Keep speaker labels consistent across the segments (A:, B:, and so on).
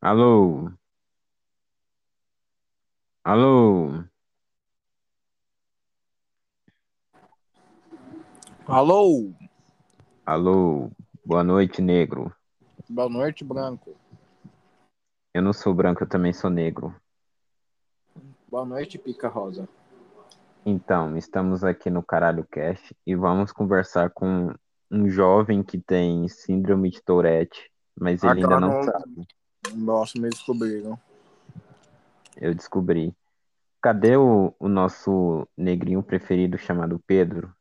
A: Alô, alô,
B: Alô,
A: alô, boa noite, negro.
B: boa noite, Branco.
A: Eu não sou branco, eu também sou negro.
B: Boa noite, Pica Rosa.
A: Então, estamos aqui no Caralho Cast e vamos conversar com um jovem que tem síndrome de Tourette, mas ele ainda não sabe.
B: Nossa, me descobriram.
A: Eu descobri. Cadê o, o nosso negrinho preferido chamado Pedro?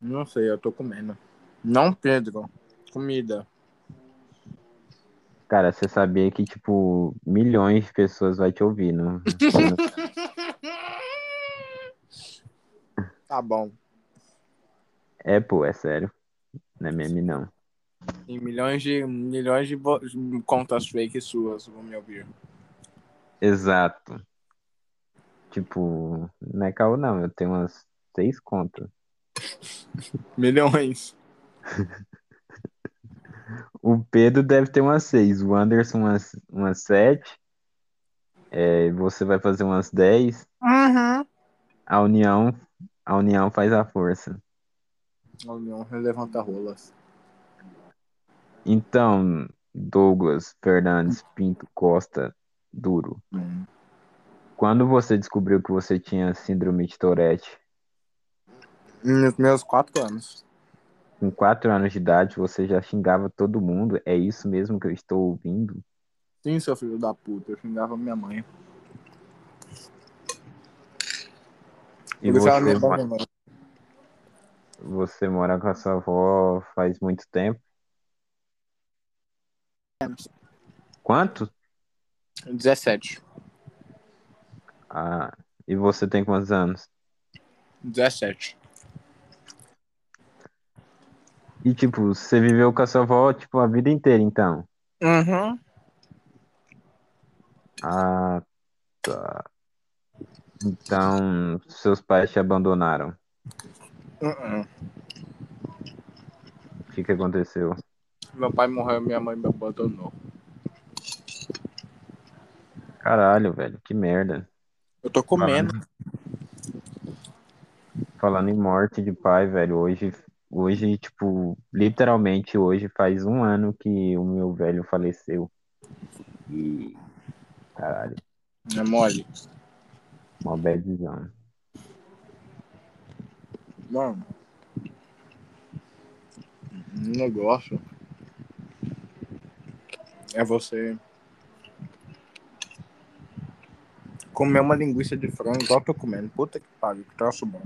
B: Não sei, eu tô comendo. Não, Pedro. Comida.
A: Cara, você sabia que, tipo, milhões de pessoas vai te ouvir, não?
B: Tá bom.
A: É, pô, é sério. Não é meme, não.
B: Tem milhões de milhões de vo- contas fake suas vão me ouvir.
A: Exato. Tipo, não é caô não, eu tenho umas seis contas.
B: Milhões.
A: O Pedro deve ter umas seis, o Anderson umas, umas sete, é, você vai fazer umas dez,
B: Uhum.
A: a união, a união faz a força.
B: O Leon levanta rolas.
A: Então, Douglas Fernandes Pinto Costa Duro,
B: Hum.
A: quando você descobriu que você tinha síndrome de Tourette?
B: Nos meus quatro anos.
A: Com quatro anos de idade, você já xingava todo mundo? É isso mesmo que eu estou ouvindo?
B: Sim, seu filho da puta. Eu xingava minha mãe.
A: E
B: Porque se ela me
A: você, mo-
B: abandonou.
A: você mora com a sua avó faz muito tempo? Quanto?
B: 17.
A: Ah, e você tem quantos anos?
B: 17.
A: E tipo, você viveu com a sua avó, tipo, a vida inteira, então?
B: Uhum.
A: Ah, então seus pais te abandonaram.
B: Uhum.
A: O que que aconteceu?
B: Meu pai morreu, minha mãe me abandonou.
A: Caralho, velho, que merda.
B: Eu tô comendo.
A: Falando em morte de pai, velho, hoje, hoje, tipo, literalmente hoje faz um ano que o meu velho faleceu. E, caralho,
B: É mole.
A: uma badzão.
B: Mano, um negócio é você comer uma linguiça de frango igual eu tô comendo. Puta que pariu, que troço bom.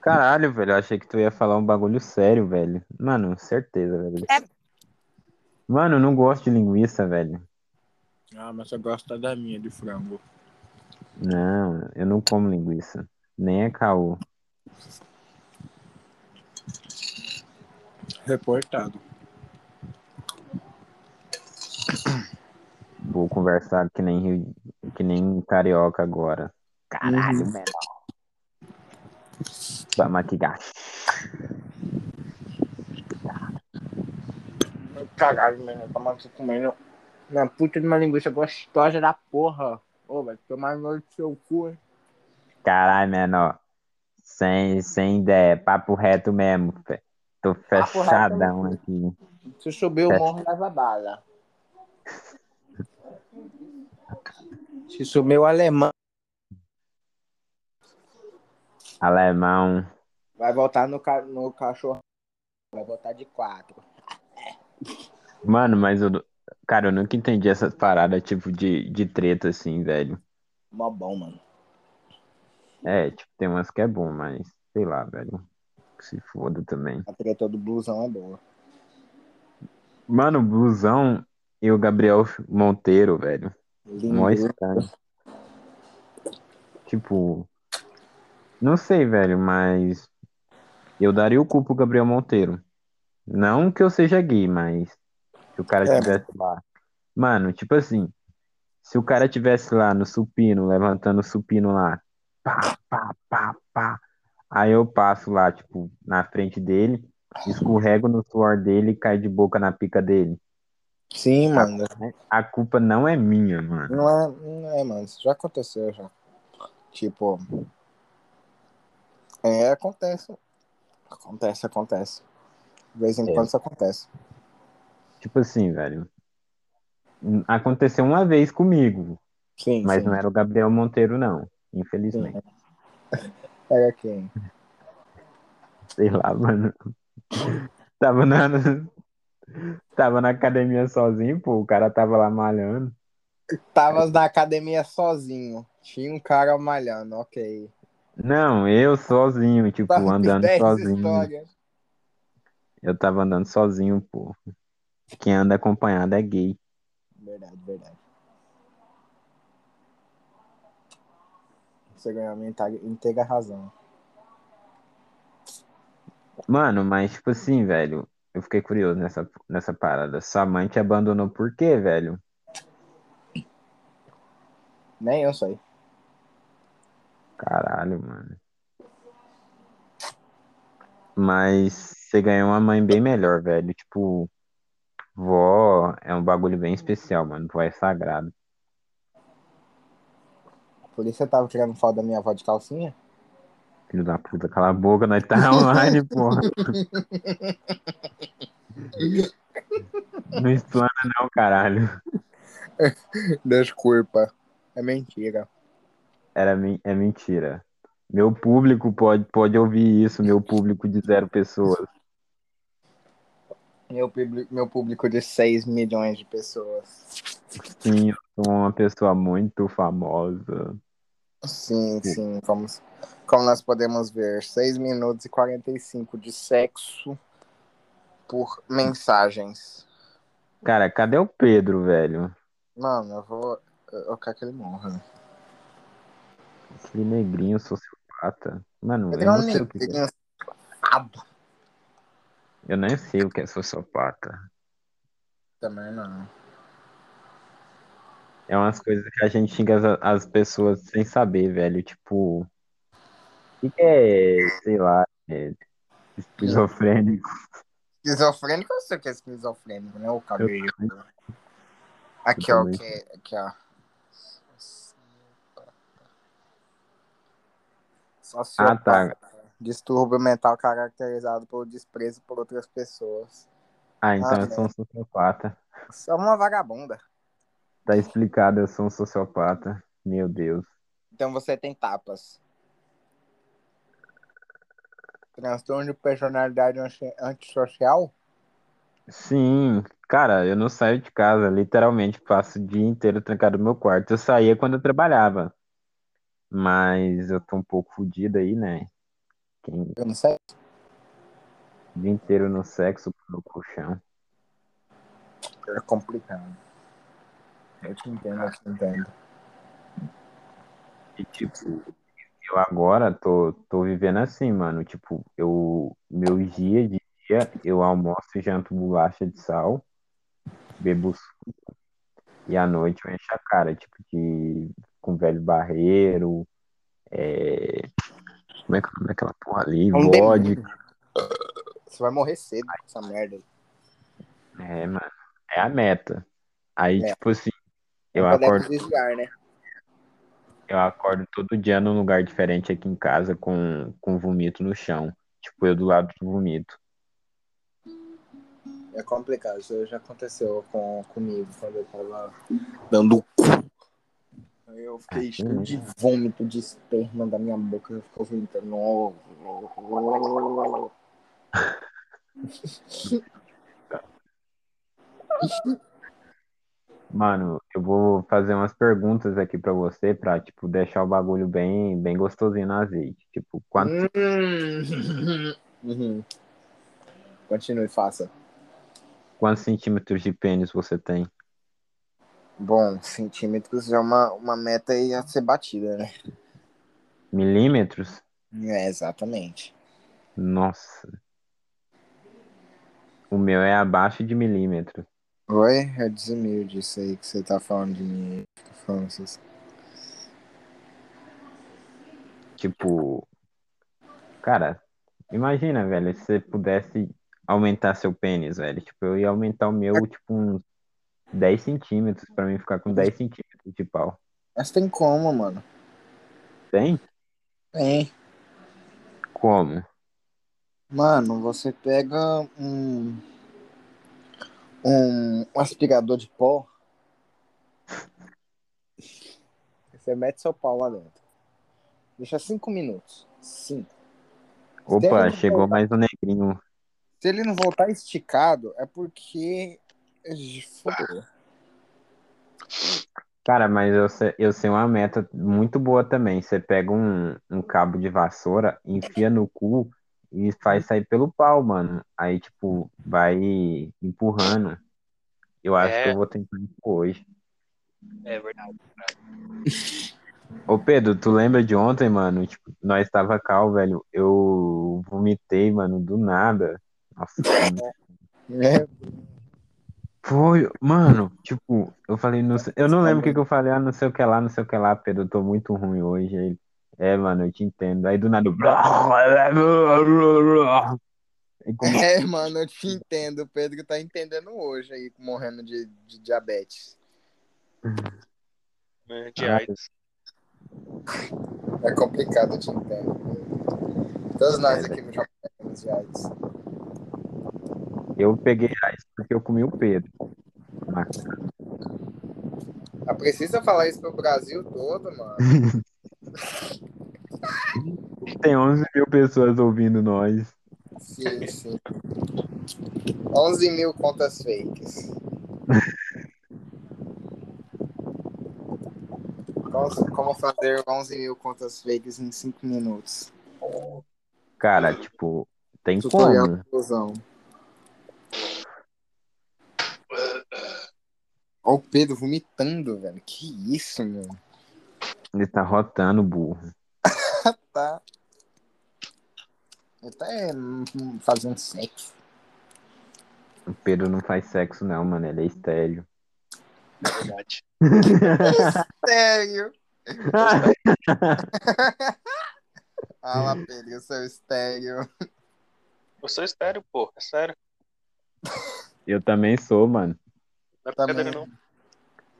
A: Caralho, velho, eu achei que tu ia falar um bagulho sério, velho. Mano, certeza, velho. Mano, eu não gosto de linguiça, velho.
B: Ah, mas eu gosto da minha de frango.
A: Não, eu não como linguiça. Nem é caô.
B: Reportado.
A: Vou conversar que nem, rio- que nem carioca agora. Caralho,
B: Uhum.
A: velho. Vamos aqui, gacho.
B: Caralho, mano, como é que eu tô comendo uma puta de uma linguiça gostosa da porra. Ô, vai tomar no olho do seu cu, hein?
A: Caralho, menor. Sem, sem ideia. Papo reto mesmo, fé. Tô
B: Papo reto,
A: fechadão aqui.
B: Se subir o
A: É.
B: morro, leva bala. Se subir o alemão,
A: Alemão.
B: vai voltar no, ca... no cachorro. Vai voltar de quatro.
A: Mano, mas eu. Cara, eu nunca entendi essas paradas, tipo, de, de treta assim, velho.
B: Mó bom, mano.
A: É, tipo, tem umas que é bom, mas sei lá, velho. Que se foda também.
B: A treta do blusão é boa.
A: Mano, o Blusão e o Gabriel Monteiro, velho. Mó
B: Lindo.
A: estranho. Tipo, não sei, velho, mas eu daria o cu pro Gabriel Monteiro. Não que eu seja gay, mas se o cara
B: É.
A: tivesse lá. Mano, tipo assim, se o cara tivesse lá no supino, levantando o supino lá, pá, pá, pá, pá. Aí eu passo lá, tipo, na frente dele, escorrego no suor dele e cai de boca na pica dele.
B: Sim, mano.
A: A culpa não é minha, mano.
B: Não é, não é, mano. Isso já aconteceu já. Tipo. É, acontece. Acontece, acontece. De vez em
A: É.
B: quando isso acontece.
A: Tipo assim, velho. Aconteceu uma vez comigo,
B: Sim.
A: mas
B: sim.
A: não é. era o Gabriel Monteiro, não. Infelizmente.
B: Era quem?
A: Sei lá, mano. Tava na. Tava na academia sozinho, pô. O cara tava lá malhando.
B: Tava na academia sozinho. Tinha um cara malhando, ok. Tá é
A: Não, eu sozinho, tipo,
B: Top
A: andando
B: 10
A: sozinho. né?
B: histórias.
A: Eu tava andando sozinho, pô. Quem anda acompanhado é gay.
B: Verdade, verdade. Você ganhou a minha inte- inteira razão.
A: Mano, mas tipo assim, velho, eu fiquei curioso nessa, nessa parada. Sua mãe te abandonou por quê, velho?
B: Nem eu sei.
A: Caralho, mano. Mas você ganhou uma mãe bem melhor, velho. Tipo, vó é um bagulho bem especial, mano. Vó é sagrado.
B: Por isso eu tava tirando foto da minha avó de calcinha.
A: Filho da puta, cala a boca, nós tá online, porra. Não explana não, caralho.
B: Desculpa. É mentira.
A: Era, men- é mentira. Meu público pode, pode ouvir isso, meu público de zero pessoas.
B: Meu, publi- meu público de 6 milhões de pessoas.
A: Sim, eu sou uma pessoa muito famosa.
B: Sim, sim. Como, como nós podemos ver, 6 minutos e 45 de sexo por mensagens.
A: Cara, cadê o Pedro, velho?
B: Mano, eu vou. Eu quero que ele morra.
A: Aquele negrinho sociopata. Mano, eu
B: Ele é um
A: não sei o que é.
B: negrinho safado.
A: Eu nem sei o que é sociopata.
B: Também não.
A: É umas coisas que a gente xinga as, as pessoas sem saber, velho. Tipo, o que que é, sei lá, é esquizofrênico?
B: Esquizofrênico, eu sei o que é esquizofrênico, né? O cabelo. Aqui,
A: Eu
B: ó.
A: também.
B: Que, aqui, ó.
A: Ah, tá.
B: Sociopata. Distúrbio mental caracterizado pelo desprezo por outras pessoas.
A: Ah, então
B: Ah,
A: eu sou um sociopata.
B: Só uma vagabunda.
A: Tá explicado, eu sou um sociopata. Meu Deus.
B: Então você tem tapas. Transtorno de personalidade anti- antissocial?
A: Sim, cara, eu não saio de casa, literalmente passo o dia inteiro trancado no meu quarto. Eu saía quando eu trabalhava, mas eu tô um pouco fudido aí, né? Quem o
B: Eu não sei.
A: dia inteiro no sexo, no colchão.
B: É complicado. Eu te entendo, eu te entendo.
A: E tipo, eu agora tô, tô vivendo assim, mano. Tipo, eu, meu dia de dia, eu almoço e janto bolacha de sal, bebo suco, e à noite eu encho a cara, tipo, de, com velho barreiro, é, como é que como é aquela porra ali,
B: Um demônio.
A: vodka.
B: Você vai morrer cedo com essa merda.
A: É, mano, é a meta. Aí,
B: É. um
A: tipo assim, eu
B: Pra
A: acordo,
B: desviar, né?
A: eu acordo todo dia num lugar diferente aqui em casa com, com vomito no chão. Tipo, eu do lado do vomito.
B: É complicado. Isso já aconteceu com, comigo quando eu tava dando cu. Aí Eu fiquei cheio de vômito, de esperma da minha boca. Eu ficou vomitando.
A: Mano, eu vou fazer umas perguntas aqui pra você pra, tipo, deixar o bagulho bem, bem gostosinho no azeite. Tipo, quanto,
B: Hum. Uhum. Continue, faça.
A: quantos centímetros de pênis você tem?
B: Bom, centímetros é uma, uma meta aí a ser batida, né?
A: Milímetros?
B: É, exatamente.
A: Nossa. O meu é abaixo de milímetro.
B: Oi? É desumilde isso aí que você tá falando de mim. Fica falando essas-
A: Tipo, cara, imagina, velho, se você pudesse aumentar seu pênis, velho. Tipo, eu ia aumentar o meu, tipo, uns 10 centímetros pra mim ficar com 10 centímetros de pau.
B: Mas tem como, mano.
A: Tem?
B: Tem.
A: Como?
B: Mano, você pega um. Um, um aspirador de pó. Você mete seu pau lá dentro. Deixa 5 minutos. 5.
A: Opa, chegou mais um negrinho.
B: Se ele não voltar esticado, é porque. é Fodeu.
A: Cara, mas eu sei, eu sei uma meta muito boa também. Você pega um, um cabo de vassoura, enfia no cu e faz sair pelo pau, mano. Aí, tipo, vai empurrando. Eu acho
C: É.
A: que eu vou tentar isso hoje.
C: É verdade.
A: Ô, Pedro, tu lembra de ontem, mano? Tipo, nós tava cal, velho. Eu vomitei, mano, do nada. Nossa,
B: É,
A: Foi, mano, tipo, eu falei, não sei- eu não lembro o que que eu falei, ah, não sei o que lá, não sei o que lá, Pedro, eu tô muito ruim hoje. Aí, é, mano, eu te entendo. Aí do nada. eu- Aí como-
B: é, mano, eu te entendo. O Pedro tá entendendo hoje aí, morrendo de, de diabetes.
C: Né, de
A: Ah,
C: AIDS.
B: É complicado, eu te entendo. Pedro. Todos nós
A: É,
B: aqui já morremos de AIDS.
A: Eu peguei AIDS porque eu comi o Pedro.
B: Ah, precisa falar isso pro Brasil todo, mano.
A: Tem 11 mil pessoas ouvindo nós.
B: Sim, sim. 11 mil contas fakes. Como- Como fazer 11 mil contas fakes em 5 minutos?
A: Cara, tipo, tem
B: Tutorial
A: como.
B: de inclusão. Olha o Pedro vomitando, velho. Que isso, meu.
A: Ele tá rotando, burro.
B: Tá. Ele tá é, hum, fazendo sexo.
A: O Pedro não faz sexo, não, mano, ele é estéreo.
C: É verdade.
B: É Sério? Fala, Pedro, seu estéreo.
C: Eu sou estéreo, pô. É sério.
A: Eu também sou, mano.
C: Não é
B: Tá
C: brincadeira,
B: bem.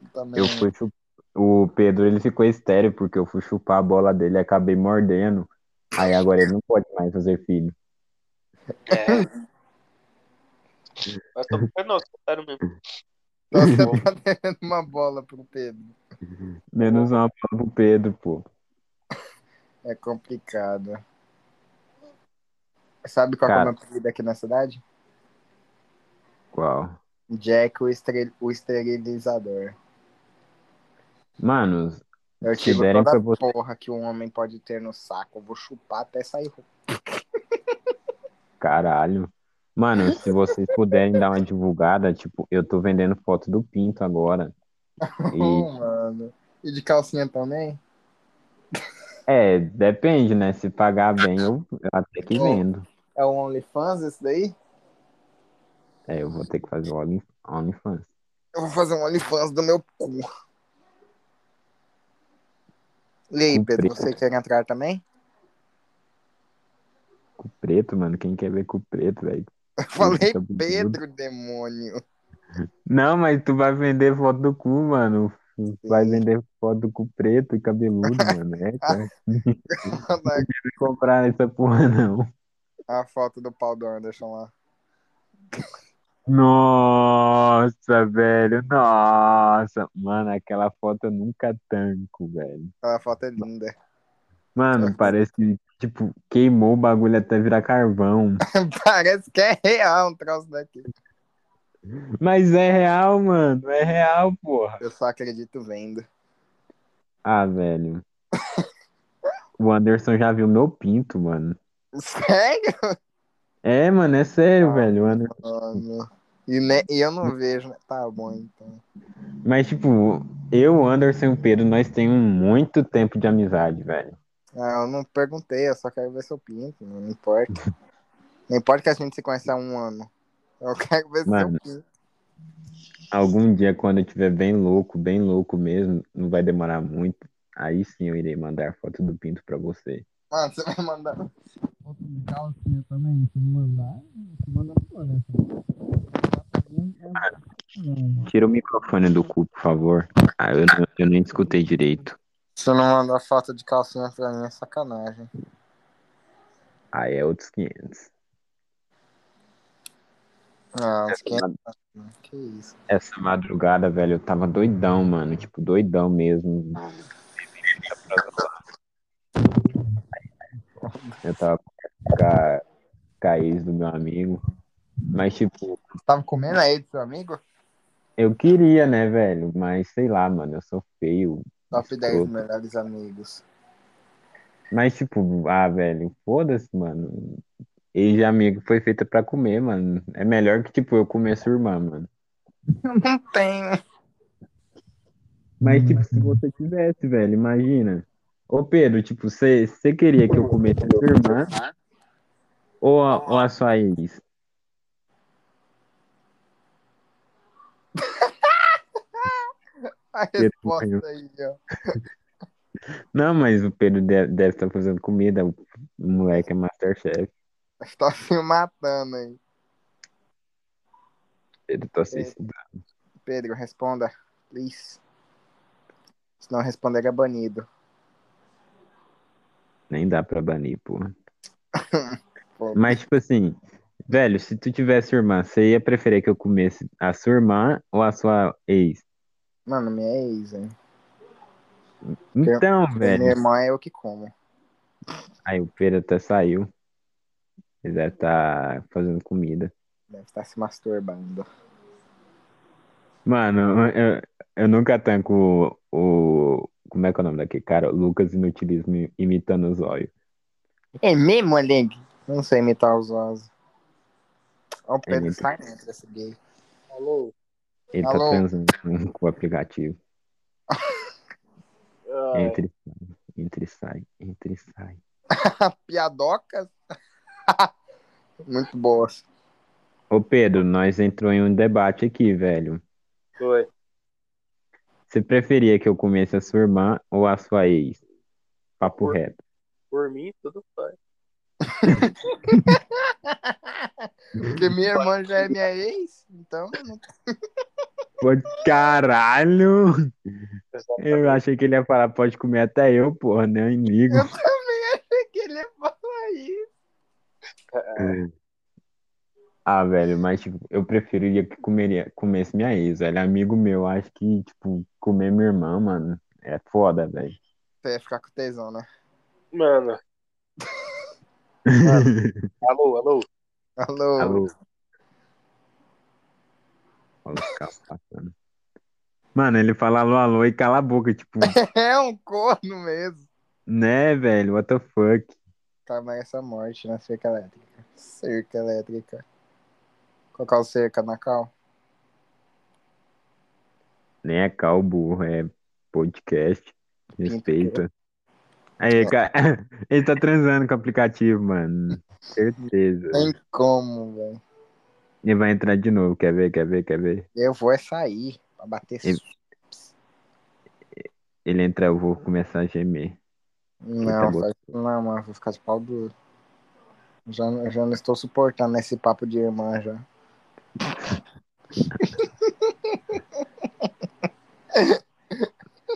C: não.
B: Também.
A: Eu fui chup... O Pedro ele ficou estéreo porque eu fui chupar a bola dele e acabei mordendo. Aí agora ele não pode mais fazer filho.
C: É. Mas tô brincando, não. Sou estéreo mesmo.
B: Nossa, tá devendo uma bola pro Pedro.
A: Menos uma bola pro Pedro, pô.
B: É complicado. Sabe qual que é o
A: Cara.
B: meu apelido aqui na cidade?
A: Qual?
B: Jack, o, estre- o esterilizador.
A: Mano,
B: Eu
A: Se
B: tive
A: derem
B: toda
A: pra
B: a
A: você-
B: porra que um homem pode ter no saco. Eu vou chupar até sair roupa.
A: caralho. Mano, se vocês puderem dar uma divulgada, tipo, eu tô vendendo foto do Pinto agora. E,
B: mano. E de calcinha também?
A: é, depende, né? Se pagar bem, eu, eu até que vendo.
B: É o OnlyFans esse daí?
A: É, eu vou ter que fazer o Only- OnlyFans.
B: Eu vou fazer um OnlyFans do meu cu. E aí, Pedro, você quer entrar também?
A: Com preto, mano. Quem quer ver com preto, velho?
B: Eu falei
A: Puta, Pedro.
B: Pedro, demônio.
A: Não, mas tu vai vender foto do cu, mano. Vai vender foto do cu preto e cabeludo, mano. É, cara. Não vai comprar essa porra, não.
B: a foto do pau do Anderson lá.
A: Nossa, velho. Nossa. Mano, aquela foto eu nunca tanco, velho.
B: A foto é linda.
A: Mano, parece que, tipo, queimou o bagulho até virar carvão.
B: Parece que é real um troço daqui.
A: Mas é real, mano. É real, porra.
B: Eu só acredito vendo.
A: Ah, velho. O Anderson já viu meu pinto, mano.
B: Sério,
A: É, mano, é sério, velho. O Anderson.
B: mano? E, ne- e eu não vejo, né? Tá bom, então.
A: Mas, tipo, eu, o Anderson e o Pedro, nós temos muito tempo de amizade, velho.
B: Ah, eu não perguntei, eu só quero ver seu pinto. Não importa. Não importa que a gente se conheça há um ano. Eu quero ver
A: Mano.
B: seu pinto.
A: Algum dia, quando eu estiver bem louco, bem louco mesmo, não vai demorar muito. Aí sim eu irei mandar foto do Pinto pra você.
B: Mano, você vai mandar. Foto de calcinha também, se mandar, se mandar, não manda.
A: Tira o microfone do cu, por favor. Ah, eu, não- eu nem escutei direito.
B: Se eu não mandar foto de calcinha pra mim, é sacanagem.
A: Aí é outros 500.
B: Não, quem...
A: Essa,
B: Ah, que isso.
A: essa madrugada, velho, eu tava doidão, mano. Tipo, doidão mesmo. Eu tava com a, com a ex do meu amigo. Mas, tipo,
B: Tava comendo aí do seu amigo?
A: Eu queria, né, velho? Mas sei lá, mano, eu sou feio.
B: Top 10
A: Escroto.
B: melhores amigos.
A: Mas, tipo, ah, velho, foda-se, mano. Ex de amigo foi feita pra comer, mano. É melhor que, tipo, eu comer sua irmã, mano.
B: Não tem.
A: Mas, tipo, se você tivesse, velho, imagina. Ô, Pedro, tipo, você queria que eu comesse a sua irmã ou a, ou a sua ex?
B: A
A: Eu
B: resposta aí, ó.
A: Não, mas o Pedro de- deve estar fazendo comida. O moleque é Masterchef.
B: Tá se matando aí.
A: Pedro, tô assistindo.
B: Pedro, responda, please. Se não responder, é banido.
A: Nem dá pra banir, porra.
B: Pô,
A: Mas, tipo assim, velho, se tu tivesse irmã, você ia preferir que eu comesse a sua irmã ou a sua ex?
B: Mano, minha ex, hein?
A: Então,
B: Minha
A: velho.
B: irmã é eu que como.
A: Aí o Pedro até saiu. Ele deve tá fazendo comida.
B: Deve estar se masturbando.
A: Mano, eu, eu nunca tanco o, o- Como é que é o nome daquele cara? O Lucas Inutilismo imitando o zóio.
B: É mesmo, Aleg? Não sei imitar os Oz. Olha o Pedro
A: É muito
B: saindo desse gay. Alô?
A: Ele
B: Alô?
A: tá transando com o aplicativo. Entra e sai. Entra e sai. Entra e sai.
B: Piadocas? Muito boas.
A: Ô, Pedro, nós entrou em um debate aqui, velho.
C: Foi.
A: Você preferia que eu comesse a sua irmã ou a sua ex? Papo
C: Por-
A: reto.
C: Por mim, tudo faz.
B: Porque minha irmã já é minha ex, então não
A: Pô, caralho! Eu
C: Exatamente.
A: achei que ele ia falar, pode comer até eu, porra, né, nem ligo.
B: tem que levar aí.
A: Ah, velho, mas tipo, eu preferiria que comeria, comesse minha ex, velho. Amigo meu, acho que, tipo, comer minha irmã, mano, é foda, velho.
B: Você ia ficar com tesão, né?
C: Mano. Mano. alô, alô.
B: Alô?
A: Alô? Olha os carros tá passando. Mano, ele fala alô, alô e cala a boca, tipo,
B: É um corno mesmo.
A: né, velho? What the fuck?
B: Calma aí essa morte na cerca elétrica. Cerca elétrica. Colocar o cerca na cal?
A: Nem é cal, burro, é podcast. Respeita. Aí, cara, ele tá transando com o aplicativo, mano. Certeza.
B: Tem como, velho.
A: Ele vai entrar de novo, quer ver, quer ver, quer ver?
B: Eu vou é sair pra bater.
A: E-
B: su-
A: Ele entra, eu vou começar a gemer.
B: Não,
A: bom.
B: faz... não, mano, vou ficar de pau duro. Já, já não estou suportando esse papo de irmã já.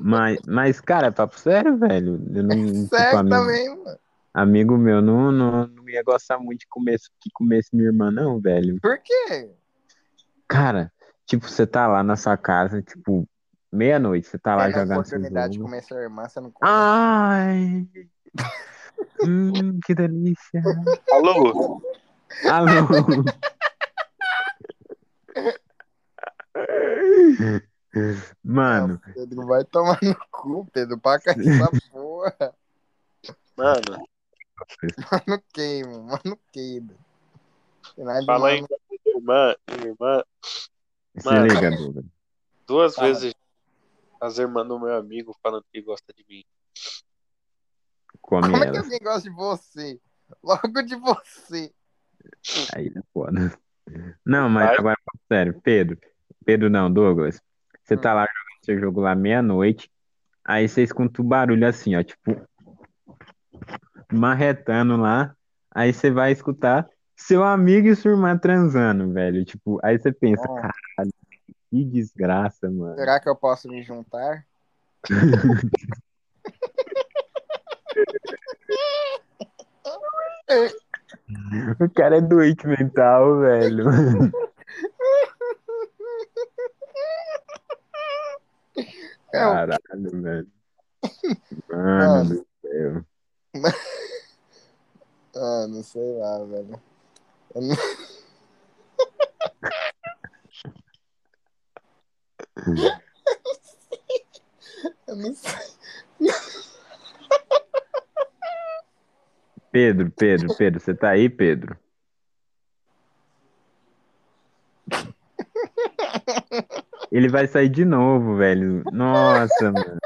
A: Mas, mas cara, é papo sério, velho. Eu não, tipo,
B: Certo
A: amigo,
B: também, mano.
A: amigo meu não, não, não ia gostar muito de comer, que comesse minha irmã, não, velho.
B: Por quê?
A: Cara, tipo, você tá lá na sua casa, tipo, meia-noite, você tá lá
B: Tendo a
A: jogando seu
B: oportunidade de
A: jogo. Ah,
B: comer sua irmã, você não come.
A: Ai! Hum, que delícia!
C: Alô?
A: Alô! Mano,
B: Não, Pedro vai tomar no cu, Pedro. Paca essa porra.
C: Mano,
B: Mano queima, mano queima. Finais de
C: fala em
B: mano-
C: irmã, irmã.
A: se
C: Mano.
A: liga, Duda.
C: Duas
B: Fala.
C: vezes as irmãs do meu amigo falando que gosta de mim.
A: Come
B: Como é que
A: ela.
B: alguém gosta de você? Logo de você.
A: Aí é foda. Não, mas
C: Vai.
A: agora, sério, Pedro. Pedro não, Douglas. Você
B: Hum.
A: tá lá jogando seu jogo lá meia-noite. Aí você escuta o barulho assim, ó, tipo. Marretando lá. Aí você vai escutar seu amigo e sua irmã transando, velho. Tipo, aí você pensa,
B: Ah.
A: caralho, Que desgraça, mano.
B: Será que eu posso me juntar?
A: O cara é doente mental, velho. É. Caralho, velho. Ah, Mano do céu.
B: Ah, não sei lá, velho. Eu não sei.
A: Pedro, Pedro, Pedro, você tá aí, Pedro? Ele vai sair de novo, velho. Nossa, mano.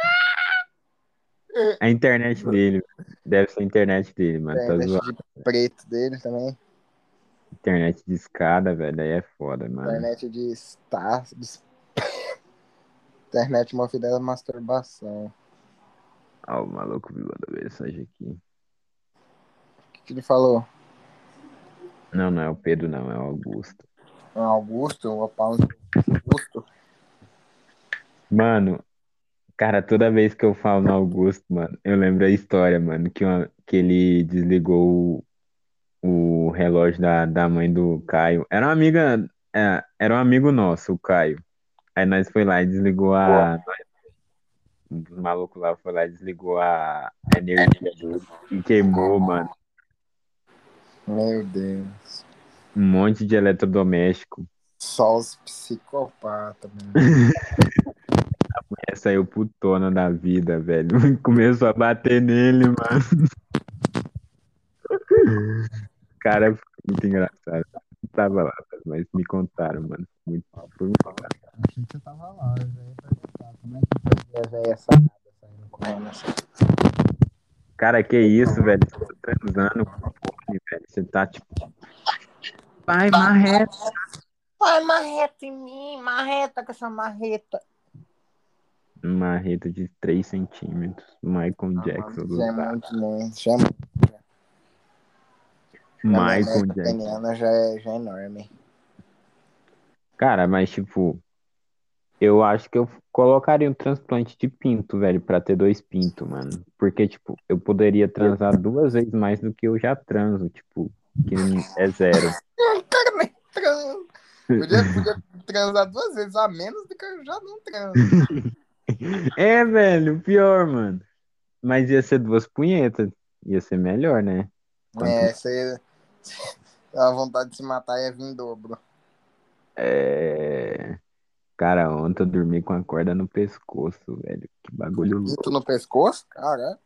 A: A internet dele. Deve ser a internet dele, mano. Tá
B: Internet
A: zoado. É.
B: de preto dele também.
A: Internet de escada, velho. Aí é foda, mano.
B: Internet de estar. de- Internet movida à masturbação.
A: Ó, o maluco me mandou mensagem aqui.
B: O que, que ele falou?
A: Não, não é o Pedro, não. É o Augusto.
B: Ah, Augusto, o Paulo Augusto.
A: Mano, cara, toda vez que eu falo no Augusto, mano, eu lembro a história, mano, que, uma- que ele desligou o, o relógio da, da mãe do Caio. Era uma amiga, é, era um amigo nosso, o Caio. Aí nós foi lá e desligou a. O maluco lá foi lá e desligou a energia dele e queimou, mano,
B: Meu Deus.
A: um monte de eletrodoméstico.
B: Só os psicopatas, mano.
A: Essa aí, é o putona da vida, velho. Começou a bater nele, mano. Cara, foi muito engraçado. Não tava lá, mas me contaram, mano. Muito, foi muito engraçado.
B: Você tava lá, eu já ia perguntar como é que foi a véia sacada saindo correndo assim.
A: Cara, que isso, velho. Você tá transando com fone, velho. Você tá tipo. Vai, marreta.
B: Vai marreta em mim, marreta com essa marreta.
A: Marreta de 3 centímetros. Michael Ah, Jackson.
B: já é
A: lutado.
B: muito longe. Já é muito- a
A: Michael
B: marreta
A: um Jackson.
B: peniana já é, já é enorme.
A: Cara, mas tipo, eu acho que eu colocaria um transplante de pinto, velho, pra ter dois pintos, mano. Porque, tipo, eu poderia transar duas vezes mais do que eu já transo, tipo, que é zero.
B: Cara, nem transo. Podia, podia transar duas vezes a menos do que eu já não transo.
A: É, velho, pior, mano. Mas ia ser duas punhetas. Ia ser melhor, né?
B: É, você. A vontade de se matar ia vir em dobro.
A: É. Cara, ontem eu dormi com a corda no pescoço, velho. Que bagulho louco.
B: Pinto no pescoço? Cara,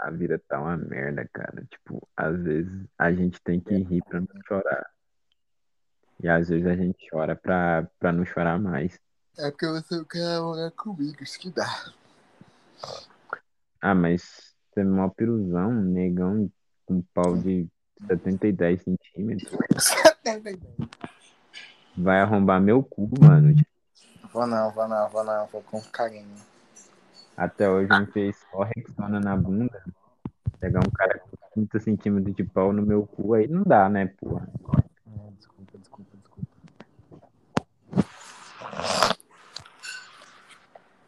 A: A vida tá uma merda, cara. Tipo, às vezes a gente tem que rir pra não chorar. E às vezes a gente chora pra, pra não chorar mais.
B: é porque você quer morar comigo, isso que dá.
A: Ah, mas você é mó piruzão, um negão com pau de 70 e 10 centímetros. Vai arrombar meu cu, mano. Tipo,
B: Vou não, vou não, vou não, vou com carinho.
A: Até hoje me fez só rexona na bunda. Pegar um cara com 30 centímetros de pau no meu cu aí não dá, né, porra?
B: É, Desculpa, desculpa, desculpa.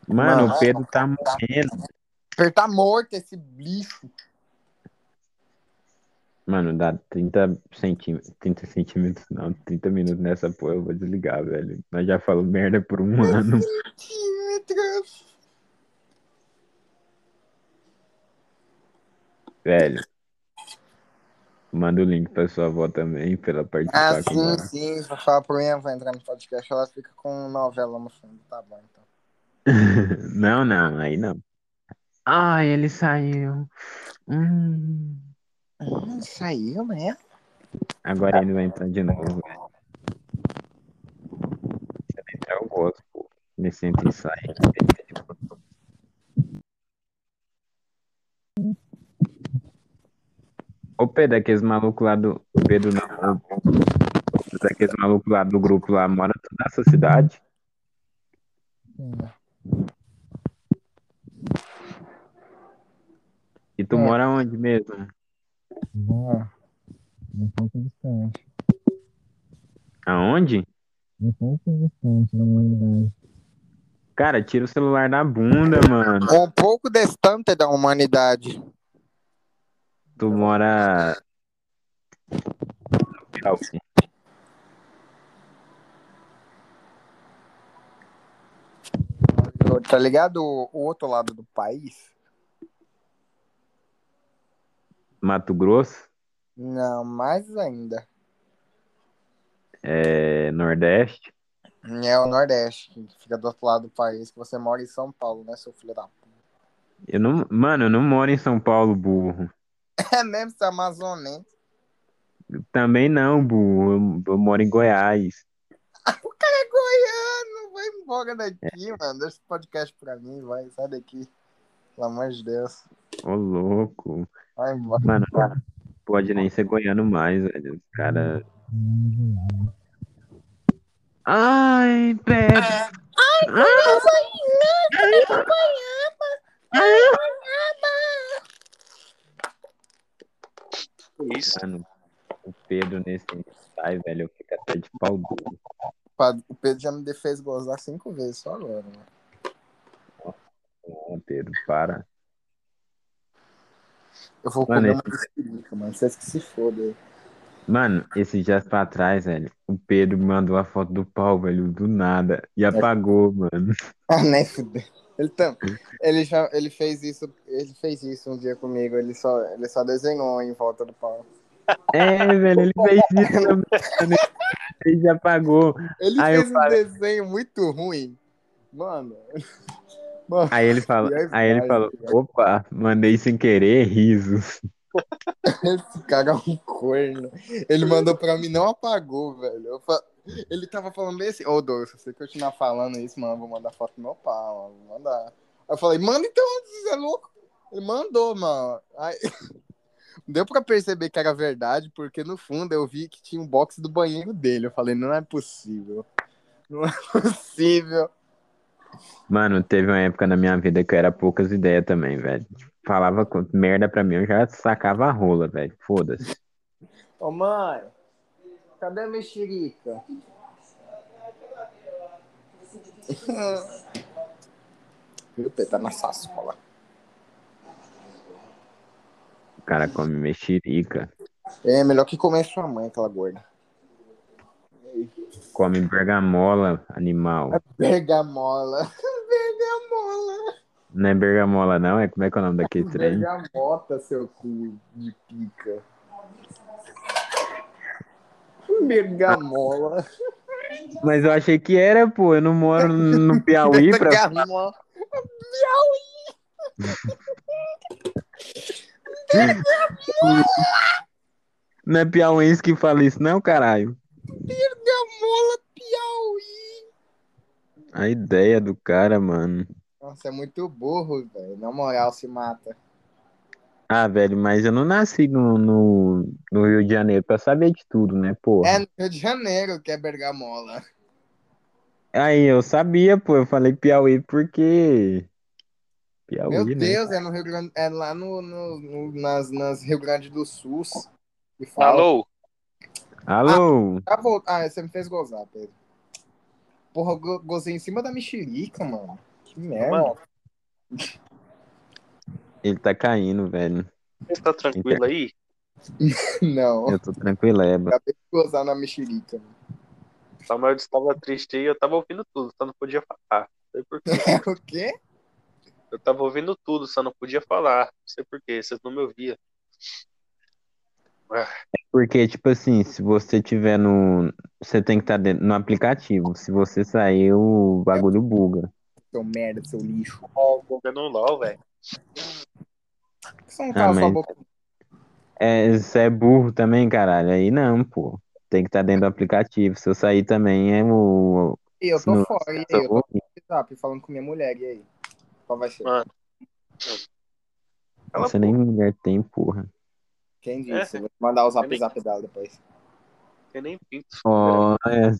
A: Mano,
B: Mano,
A: o Pedro tá morrendo.
B: Ele tá morto, esse lixo.
A: Mano, dá 30 centímetros. 30 centímetros, não, 30 minutos nessa porra, eu vou desligar, velho. Nós já falamos merda por um ano. Velho. Manda o link pra sua avó também, pra ela
B: Ah,
A: participar com
B: sim,
A: nós.
B: sim. Vou falar pra minha avó entrar no podcast, ela fica com novela no fundo. Tá bom, então.
A: Não, não, aí não. Ai, ele saiu. Hum.
B: Hum, saiu, né?
A: Agora ele vai entrar de novo, velho. Se ele entrar, eu gosto, pô. Nesse entra e sai. Ô Pedro, aqueles malucos lá do. Pedro não. ô, Aqueles malucos lá do grupo lá mora tudo nessa cidade. E tu
B: É.
A: mora onde mesmo?
B: Bom, um pouco distante.
A: Aonde?
D: Bastante
B: é
D: distante da humanidade.
A: Cara, tira o celular da bunda, mano.
B: Um pouco distante da humanidade.
A: Tu mora. no Piauí.
B: Tá ligado o o outro lado do país?
A: Mato Grosso?
B: Não, mais ainda.
A: É, Nordeste?
B: É o Nordeste, que fica do outro lado do país, que você mora em São Paulo, né, seu filho da puta?
A: Eu não. Mano, eu não moro em São Paulo, burro.
B: É mesmo, seu amazonense.
A: Também não, burro. Eu, eu moro em Goiás.
B: É goiano, vai embora daqui, mano. Deixa esse podcast pra mim, vai, sai daqui. Pelo amor de Deus.
A: Ô, louco.
B: Vai embora.
A: Mano, pode nem ser goiano mais, velho. Os cara. Ai, pera.
C: Que Isso.
A: Mano, o Pedro nesse sai, velho, eu fico até de pau duro.
B: Pa- O Pedro já me fez gozar cinco vezes só agora, mano.
A: Não, Pedro, para.
B: Eu vou
A: Mano,
B: comer
A: esse-
B: uma mexerica, mano. Vocês que se fodam. aí.
A: Mano, esses dias pra trás, velho, o Pedro me mandou a foto do pau, velho, do nada. E apagou, mano.
B: Ah, nem fudeu. Ele, tam... ele, já... ele fez isso, ele fez isso um dia comigo, ele só, ele só desenhou em volta do pau.
A: É, velho, ele fez isso também. mano. Ele já apagou.
B: Ele
A: Aí eu
B: fez um desenho muito ruim. Mano. Mano,
A: Aí ele falou, aí ele falou, opa, mandei sem querer, risos.
B: esse cara é um corno. Ele mandou pra mim, não apagou, velho. Eu fa- Ele tava falando bem assim, ô Douglas, se você continuar falando isso, mano, eu vou mandar foto do meu pau, mano, vou mandar. Aí eu falei, manda então, você é louco? Ele mandou, mano. Aí... Deu pra perceber que era verdade, porque no fundo eu vi que tinha um box do banheiro dele. Eu falei, não é possível. Não é possível.
A: Mano, teve uma época na minha vida que eu era poucas ideias também, velho. Falava co- merda pra mim, eu já sacava a rola, velho. Foda-se.
B: Ô mãe, cadê a mexerica? Viu, Pedro? Tá na sassola.
A: O cara come mexerica,
B: É melhor que comer sua mãe, aquela gorda.
A: come bergamola, animal.
B: Bergamola. Bergamola.
A: Não é bergamola, não? É como é que é o nome daquele trem?
B: Bergamota, seu cu de pica. Bergamola.
A: Mas eu achei que era, pô. Eu não moro no Piauí pra.
B: Bergamola.
A: Não é piauense que fala isso, não, caralho.
B: Bergamola Piauí.
A: A ideia do cara, mano.
B: Nossa, é muito burro, velho. Na moral, se mata.
A: Ah, velho, mas eu não nasci no, no, no Rio de Janeiro pra saber de tudo, né, pô?
B: É no Rio de Janeiro que é bergamola.
A: Aí eu sabia, pô. Eu falei Piauí porque. Piauí,
B: Meu
A: né?
B: Deus, é no Rio Grande, é lá no, no- no- nas, nas Rio Grande do Sul. E fala.
C: Alô?
A: Alô?
B: Ah, vou- ah, você me fez gozar, Pedro. Porra, eu go- gozei em cima da mexerica, mano. Que merda.
C: Mano.
A: Ele tá caindo, velho.
C: Você tá tranquilo aí?
B: Não,
A: Eu tô tranquilo, Eba.
B: acabei de gozar na mexerica. mano.
C: Samuel disse que tava triste aí, eu tava ouvindo tudo, só não podia falar. Não sei por quê.
B: É o quê?
C: Eu tava ouvindo tudo, só não podia falar. Não sei por quê, vocês não me ouviam.
A: Porque, tipo assim, se você tiver no. Você tem que estar dentro, no aplicativo. Se você sair, o bagulho buga.
B: Seu merda, seu lixo.
C: Eu não um LOL, velho.
B: Por que você não cala sua
A: Amém.
B: boca?
A: É, você é burro também, caralho. Aí não, pô. Tem que estar dentro do aplicativo. Se eu sair também, é o.
B: E eu tô
A: Não, tá
B: fora, e aí?
A: eu
B: Eu tô no WhatsApp falando com minha mulher, e aí? Qual vai ser?
C: Mano. Cala a
A: Você nem mulher tem, porra.
B: Quem disse? Eu Vou mandar o zap zap dela depois.
C: Eu nem pinto.
A: Ó, é,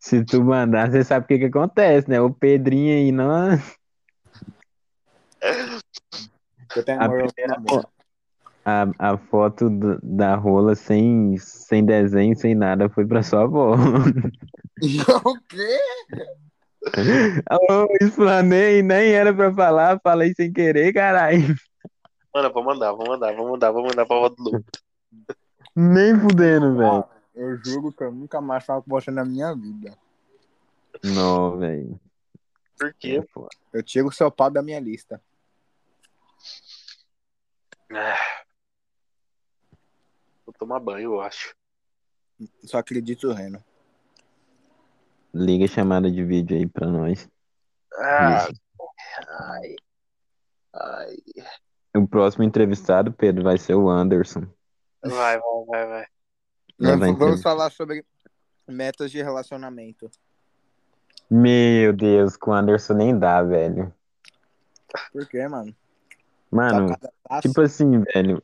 A: se tu mandar, você sabe o que que acontece, né? O Pedrinho aí, não.
B: Eu tenho
A: A
B: amor, eu tenho
A: primeira,
B: amor.
A: A, a foto do- da rola sem, sem desenho, sem nada, foi pra sua avó.
B: o quê?
A: Oh, explanei, nem era pra falar, falei sem querer, caralho.
C: Mano, eu vou mandar, vou mandar, vou mandar, vou mandar pra avó do Lucas.
A: Nem fudendo, velho.
B: Eu juro que eu nunca mais falo com você na minha vida.
A: Não, velho.
C: Por quê?
B: Eu tiro o seu pau da minha lista.
C: Ah. Vou tomar banho, eu acho.
B: Só acredito o Reno.
A: Liga a chamada de vídeo aí pra nós.
C: Ah, ai. Ai.
A: O próximo entrevistado, Pedro, vai ser o Anderson.
C: Vai, vai, vai, vai.
A: Lá
B: Nós
A: vem
B: vamos
A: Pedro.
B: falar sobre metas de relacionamento.
A: Meu Deus, com o Anderson nem dá, velho.
B: Por quê, mano? Tá
A: Mano,
B: cada passo.
A: tipo assim, velho,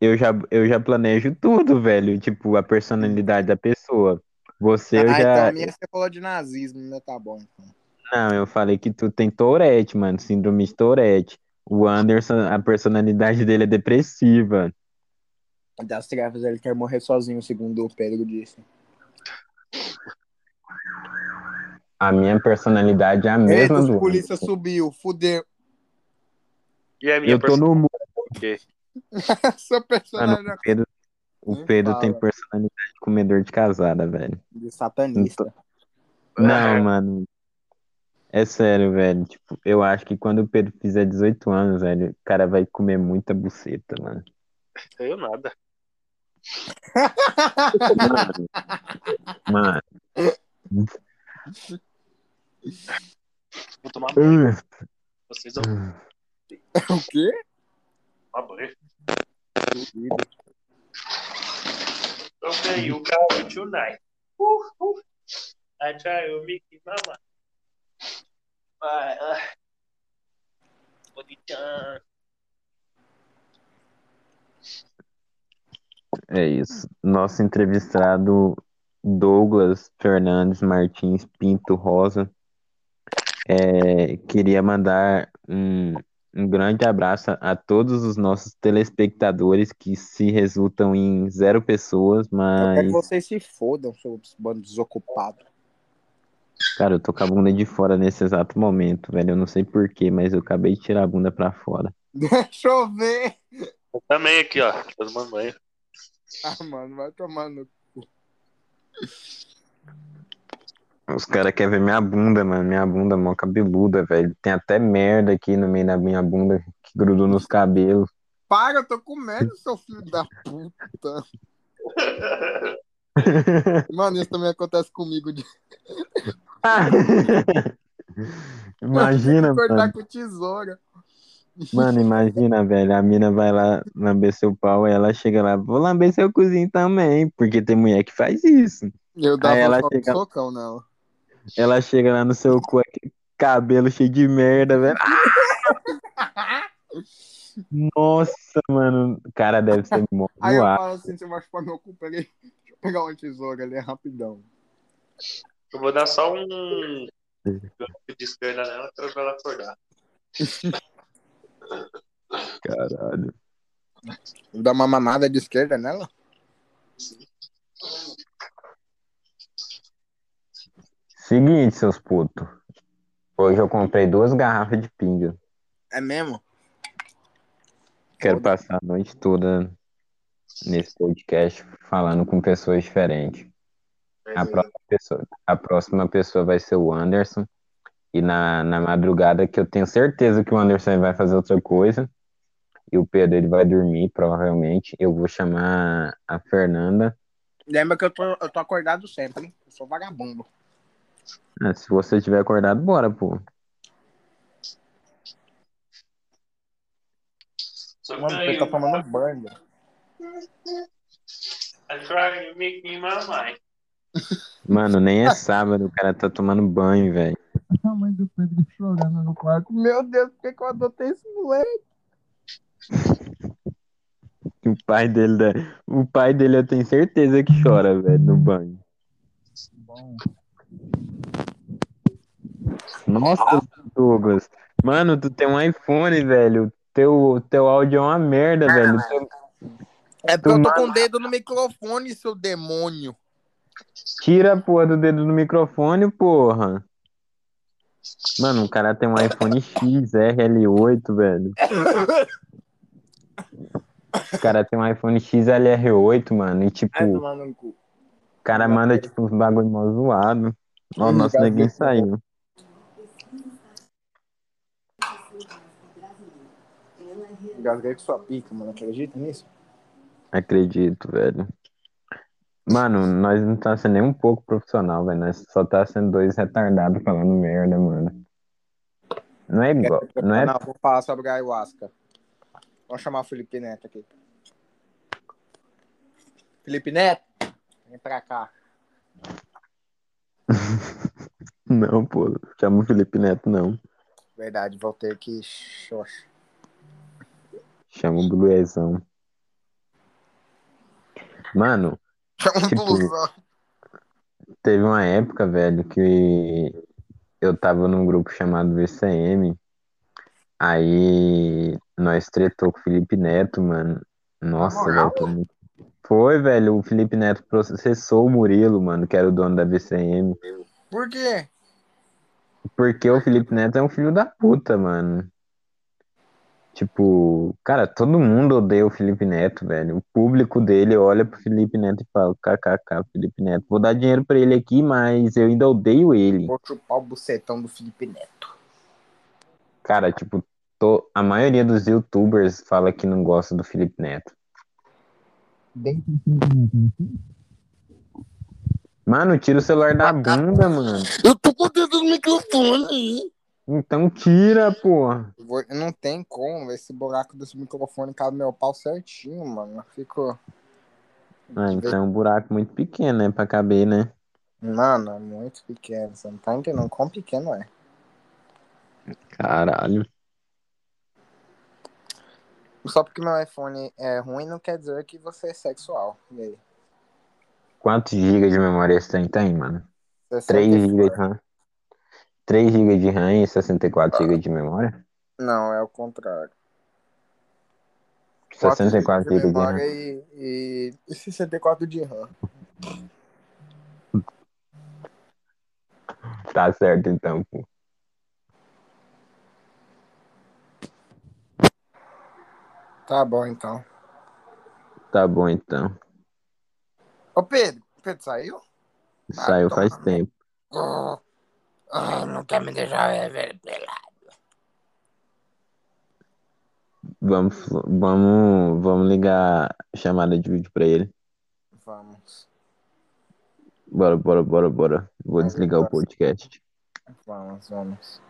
A: eu já, eu já planejo tudo, velho. Tipo, a personalidade da pessoa. Você eu
B: ah, então
A: já.
B: a minha você falou de nazismo, né? Tá bom. Então.
A: Não, eu falei que tu tem Tourette, mano. Síndrome de Tourette. O Anderson, a personalidade dele é depressiva.
B: Das trevas, ele quer morrer sozinho, segundo o Pedro disse.
A: A minha personalidade é a mesma
B: Eita,
A: do.
B: a polícia subiu, fudeu.
C: E a minha
A: Eu tô no mundo.
C: personalidade?
B: Sua
A: Mano,
B: personagem
A: o Pedro, o
B: Nem
A: Pedro tem
B: fala.
A: personalidade de comedor de casada, velho.
B: de satanista.
A: Não, mano. É sério, velho. Tipo, eu acho que quando o Pedro fizer 18 anos, velho, o cara vai comer muita buceta, mano.
C: Eu nada.
A: Mano.
C: Vou tomar banho.
A: Mano.
C: Vocês vão
A: então-
B: o quê?
C: tomar banho. Eu ganhei o carro tonight. Uh, uh. I try to make it mama. Vai, ah. Bonitão.
A: É isso. Nosso entrevistado Douglas Fernandes Martins Pinto Rosa é, queria mandar um, um grande abraço a todos os nossos telespectadores que se resultam em zero pessoas,
B: Eu quero que
A: mas,
B: vocês se fodam, seus bandos desocupados.
A: cara, eu tô com a bunda de fora nesse exato momento, velho. Eu não sei porquê, mas eu acabei de tirar a bunda pra fora.
B: Deixa eu ver.
C: Eu também aqui, ó. Tô tomando banho.
B: Ah, mano, vai tomar no.
A: Os caras querem ver minha bunda, mano. Minha bunda mó cabeluda, velho. Tem até merda aqui no meio da minha bunda que grudou nos cabelos.
B: Para, eu tô com medo, seu filho da puta. Mano, isso também acontece comigo de
A: Imagina,
B: cortar
A: né, mano.
B: com tesoura.
A: Mano, imagina, velho. A mina vai lá lamber seu pau, aí ela chega lá, vou lamber seu cozinho também, porque tem mulher que faz isso.
B: Eu
A: Aí
B: dava
A: ela
B: um so-
A: chega-
B: socão nela.
A: Ela chega lá no seu cu, aquele cabelo cheio de merda, velho. Nossa, mano. O cara deve ser morto.
B: Aí eu falo assim, você vai chupar meu cu, peraí. Deixa eu pegar uma tesoura ali, é rapidão.
C: Eu vou dar só um golpe de esquerda nela pra ela acordar.
A: Caralho.
B: Vou dar uma mamada de esquerda nela?
A: Seguinte, seus putos. Hoje eu comprei duas garrafas de pinga.
B: É mesmo?
A: Quero passar a noite toda nesse podcast falando com pessoas diferentes. A próxima pessoa, a próxima pessoa vai ser o Anderson. E na, na madrugada, que eu tenho certeza que o Anderson vai fazer outra coisa. E o Pedro ele vai dormir, provavelmente. Eu vou chamar a Fernanda.
B: Lembra que eu tô, eu tô acordado sempre, hein? Eu sou vagabundo.
A: Ah, se você tiver acordado, bora, pô.
C: So
B: Mano, você
C: can
B: tá
C: you-
B: tomando banho.
C: I'm trying to make me my mind.
A: Mano, nem é sábado, o cara tá tomando banho, velho.
D: A mãe do Pedro chorando no quarto.
B: Meu Deus, por que, que eu adotei esse moleque?
A: O pai dele, deve- o pai dele eu tenho certeza que chora, velho, no banho.
D: Bom,
A: Nossa, Douglas. Mano, tu tem um iPhone, velho. Teu, teu áudio é uma merda, velho. Teu,
B: É porque eu tô
A: Tomara.
B: com o dedo no microfone, seu demônio.
A: Tira a porra do dedo do microfone, porra. Mano, o cara tem um iPhone XRL8, velho. O cara tem um iPhone XLR8, mano. E tipo,
C: Vai
B: É,
C: tomar no cu.
A: o cara manda tipo uns bagulho mó zoado. Ó, o nosso
B: Obrigado.
A: neguinho saiu.
B: Engasguei com é sua pica, mano. Acredita nisso?
A: Acredito, velho. Mano, nós não tá sendo nem um pouco profissional, velho. Nós só tá sendo dois retardados falando merda, mano. Não é igual. Não é
B: vou falar sobre a ayahuasca. Vou chamar o Felipe Neto aqui. Felipe Neto, vem pra cá.
A: Não, pô, chama o Felipe Neto, não.
B: Verdade, voltei aqui. Xoxa.
A: Chama o Bluezão. Mano,
B: Chama o
A: Tipo,
B: blusão.
A: teve uma época, velho, que eu tava num grupo chamado VCM. Aí nós tretou com o Felipe Neto, mano. Nossa, velho. foi muito- Foi, velho, o Felipe Neto processou o Murilo, mano, que era o dono da VCM.
B: Por quê?
A: Porque o Felipe Neto é um filho da puta, mano. Tipo, cara, todo mundo odeia o Felipe Neto, velho. O público dele olha pro Felipe Neto e fala: kkk, Felipe Neto, vou dar dinheiro pra ele aqui, mas eu ainda odeio ele.
B: Vou chupar o bucetão do Felipe Neto.
A: Cara, tipo, to- a maioria dos youtubers fala que não gosta do Felipe Neto.
D: Dentro do filme,
A: Mano, tira o celular da bunda, mano.
B: Eu tô com o dedo no microfone.
A: Então tira, porra.
B: Vou- Não tem como, esse buraco desse microfone cabe no meu pau certinho, mano. Eu Fico.
A: Ah, então é um buraco muito pequeno, né, pra caber, né?
B: Mano, é muito pequeno. Você não tá entendendo quão pequeno é.
A: Caralho.
B: Só porque meu iPhone é ruim não quer dizer que você é sexual. E aí?
A: Quantos gigas de memória esse trem tem, mano?
B: é
A: 3
B: 64.
A: GB de RAM. 3 GB de RAM e 64 GB de memória?
B: Não, é o contrário.
A: 64 GB de RAM.
B: memória e, e, e 64 de RAM.
A: Tá certo então, pô.
B: Tá bom, então.
A: Tá bom então.
B: Ô, Pedro. Pedro saiu?
A: Saiu faz tempo.
B: Ah, ah, não quer me deixar ver, ver, ver lá.
A: Vamos, vamos, vamos ligar a chamada de vídeo pra ele.
B: Vamos,
A: Bora, bora, bora, bora. Vou desligar o podcast.
B: vamos, vamos.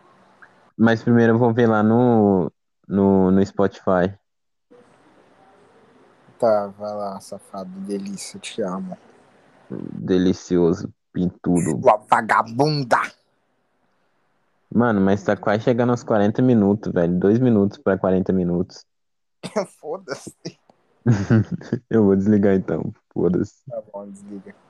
A: Mas primeiro eu vou ver lá no, no, no Spotify.
B: Tá, vai lá, safado. Delícia, eu te amo.
A: Delicioso, pintudo.
B: Sua vagabunda.
A: Mano, mas tá quase chegando aos 40 minutos, velho. 2 minutos pra 40 minutos.
B: Foda-se.
A: Eu vou desligar então. Foda-se.
B: Tá bom, desliga.